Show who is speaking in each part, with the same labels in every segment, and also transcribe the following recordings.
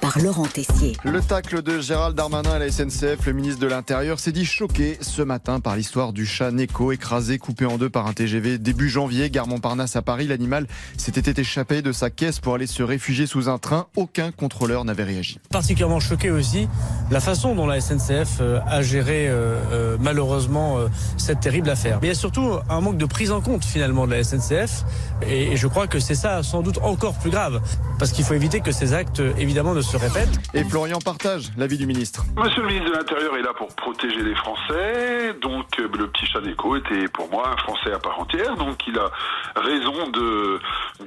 Speaker 1: par Laurent Tessier.
Speaker 2: Le tacle de Gérald Darmanin à la SNCF, le ministre de l'Intérieur, s'est dit choqué ce matin par l'histoire du chat Neko écrasé, coupé en deux par un TGV début janvier, gare Montparnasse à Paris. L'animal s'était échappé de sa caisse pour aller se réfugier sous un train. Aucun contrôleur n'avait réagi.
Speaker 3: Particulièrement choqué aussi la façon dont la SNCF a géré euh, euh, malheureusement euh, cette terrible affaire. Mais il y a surtout un manque de prise en compte finalement de la SNCF et, et je crois que c'est ça sans doute encore plus grave parce qu'il faut éviter que ces actes euh, évidemment ne se répète.
Speaker 2: Et Florian partage l'avis du ministre.
Speaker 4: Monsieur le ministre de l'Intérieur est là pour protéger les Français. Donc euh, le petit chat Neko était pour moi un Français à part entière. Donc il a raison de,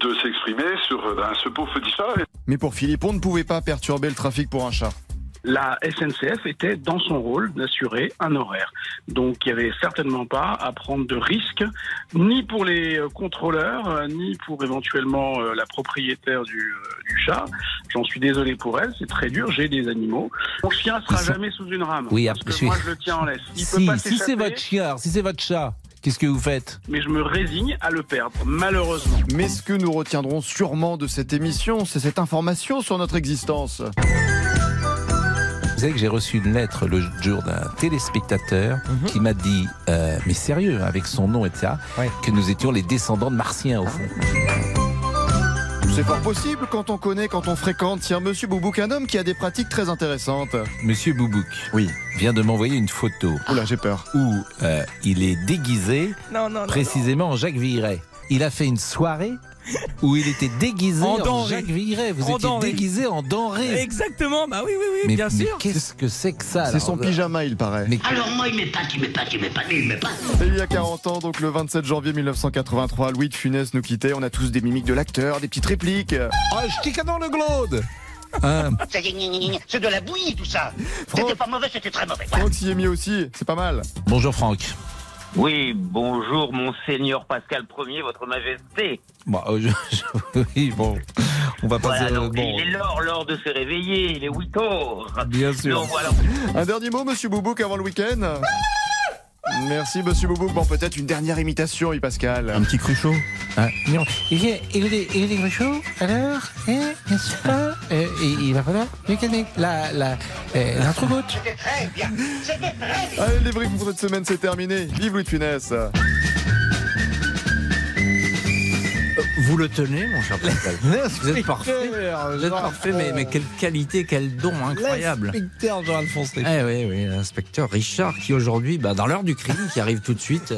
Speaker 4: de s'exprimer sur euh, ce pauvre petit chat.
Speaker 2: Mais pour Philippe, on ne pouvait pas perturber le trafic pour un chat
Speaker 5: la SNCF était dans son rôle d'assurer un horaire. Donc il n'y avait certainement pas à prendre de risques, ni pour les euh, contrôleurs, ni pour éventuellement euh, la propriétaire du, euh, du chat. J'en suis désolé pour elle, c'est très dur, j'ai des animaux. Mon chien ne sera jamais sous une rame.
Speaker 6: Oui,
Speaker 5: parce
Speaker 6: absolument.
Speaker 5: que moi je le tiens en laisse. Il
Speaker 6: Si,
Speaker 5: peut pas
Speaker 6: si c'est
Speaker 5: s'échapper,
Speaker 6: votre chien, alors, si c'est votre chat, qu'est-ce que vous faites
Speaker 5: mais je me résigne à le perdre, malheureusement.
Speaker 2: Mais ce que nous retiendrons sûrement de cette émission, c'est cette information sur notre existence.
Speaker 6: Vous savez que j'ai reçu une lettre le jour d'un téléspectateur qui m'a dit, euh, mais sérieux, avec son nom, etc.,
Speaker 7: Mhm. Ouais. Ah.
Speaker 6: que nous étions les descendants de Martiens, au fond.
Speaker 2: C'est fort possible quand on connaît, quand on fréquente. Tiens, monsieur Boubouk, un homme qui a des pratiques très intéressantes.
Speaker 6: Monsieur Boubouk
Speaker 2: Oui.
Speaker 6: vient de m'envoyer une photo
Speaker 2: Oula, j'ai peur.
Speaker 6: où euh, il est déguisé
Speaker 7: Non, non, non.
Speaker 6: précisément en Jacques Villeray. Il a fait une soirée où il était déguisé
Speaker 7: En
Speaker 6: en,
Speaker 7: denrées.
Speaker 6: Jacques Villeray. Vous
Speaker 7: En
Speaker 6: étiez
Speaker 7: denrées.
Speaker 6: déguisé en
Speaker 7: non.
Speaker 6: denrées.
Speaker 7: Exactement, bah oui, oui, oui,
Speaker 6: mais
Speaker 7: bien
Speaker 6: mais
Speaker 7: sûr.
Speaker 6: qu'est-ce que c'est que ça
Speaker 2: C'est
Speaker 6: alors euh
Speaker 2: son pyjama, il paraît.
Speaker 6: Mais
Speaker 8: Alors moi, il m'épate, il m'épate, il m'épate, il m'épate.
Speaker 2: Et Il y a 40 ans, donc le 27 janvier 1983, Louis de Funès nous quittait. On a tous des mimiques de l'acteur, des petites répliques.
Speaker 6: Oh, je tic dans le glaude Hein,
Speaker 8: Ça, gna, gna, gna, gna. C'est de la bouillie tout ça. C'était
Speaker 2: Franck,
Speaker 8: pas mauvais, c'était très mauvais. Voilà.
Speaker 2: Franck s'y est mis aussi, c'est pas mal.
Speaker 6: Bonjour Franck.
Speaker 9: Oui, bonjour, monseigneur Pascal Ier, votre majesté.
Speaker 6: Bon, euh, je- je- oui, bon, on va passer.
Speaker 9: Voilà,
Speaker 6: euh,
Speaker 9: donc,
Speaker 6: bon,
Speaker 9: il est l'heure, l'heure de se réveiller, il est 8 heures.
Speaker 6: bien sûr.
Speaker 9: Donc, voilà.
Speaker 2: Un dernier mot, monsieur Boubouk, avant le week-end Merci, monsieur Boubouk. Bon, peut-être une dernière imitation, oui, Pascal.
Speaker 6: petit cruchot. Ah, non. Il est, il est, il est cruchot, alors, hein, n'est-ce pas Euh, il, il va falloir mécanique, la, la, euh, l'introboute.
Speaker 8: C'était très bien. C'était très bien.
Speaker 2: Allez, les briques pour cette semaine, c'est terminé. Vive Louis de Funès.
Speaker 7: Vous le tenez, mon cher Pascal. Vous êtes parfait. Vous êtes
Speaker 6: Jean-
Speaker 7: parfait, mais, mais quelle qualité, quel don incroyable.
Speaker 6: L'inspecteur Jean-Alphonse Richard.
Speaker 7: Eh oui, oui, l'inspecteur Richard qui aujourd'hui, bah, dans l'heure du crime, qui arrive tout de suite,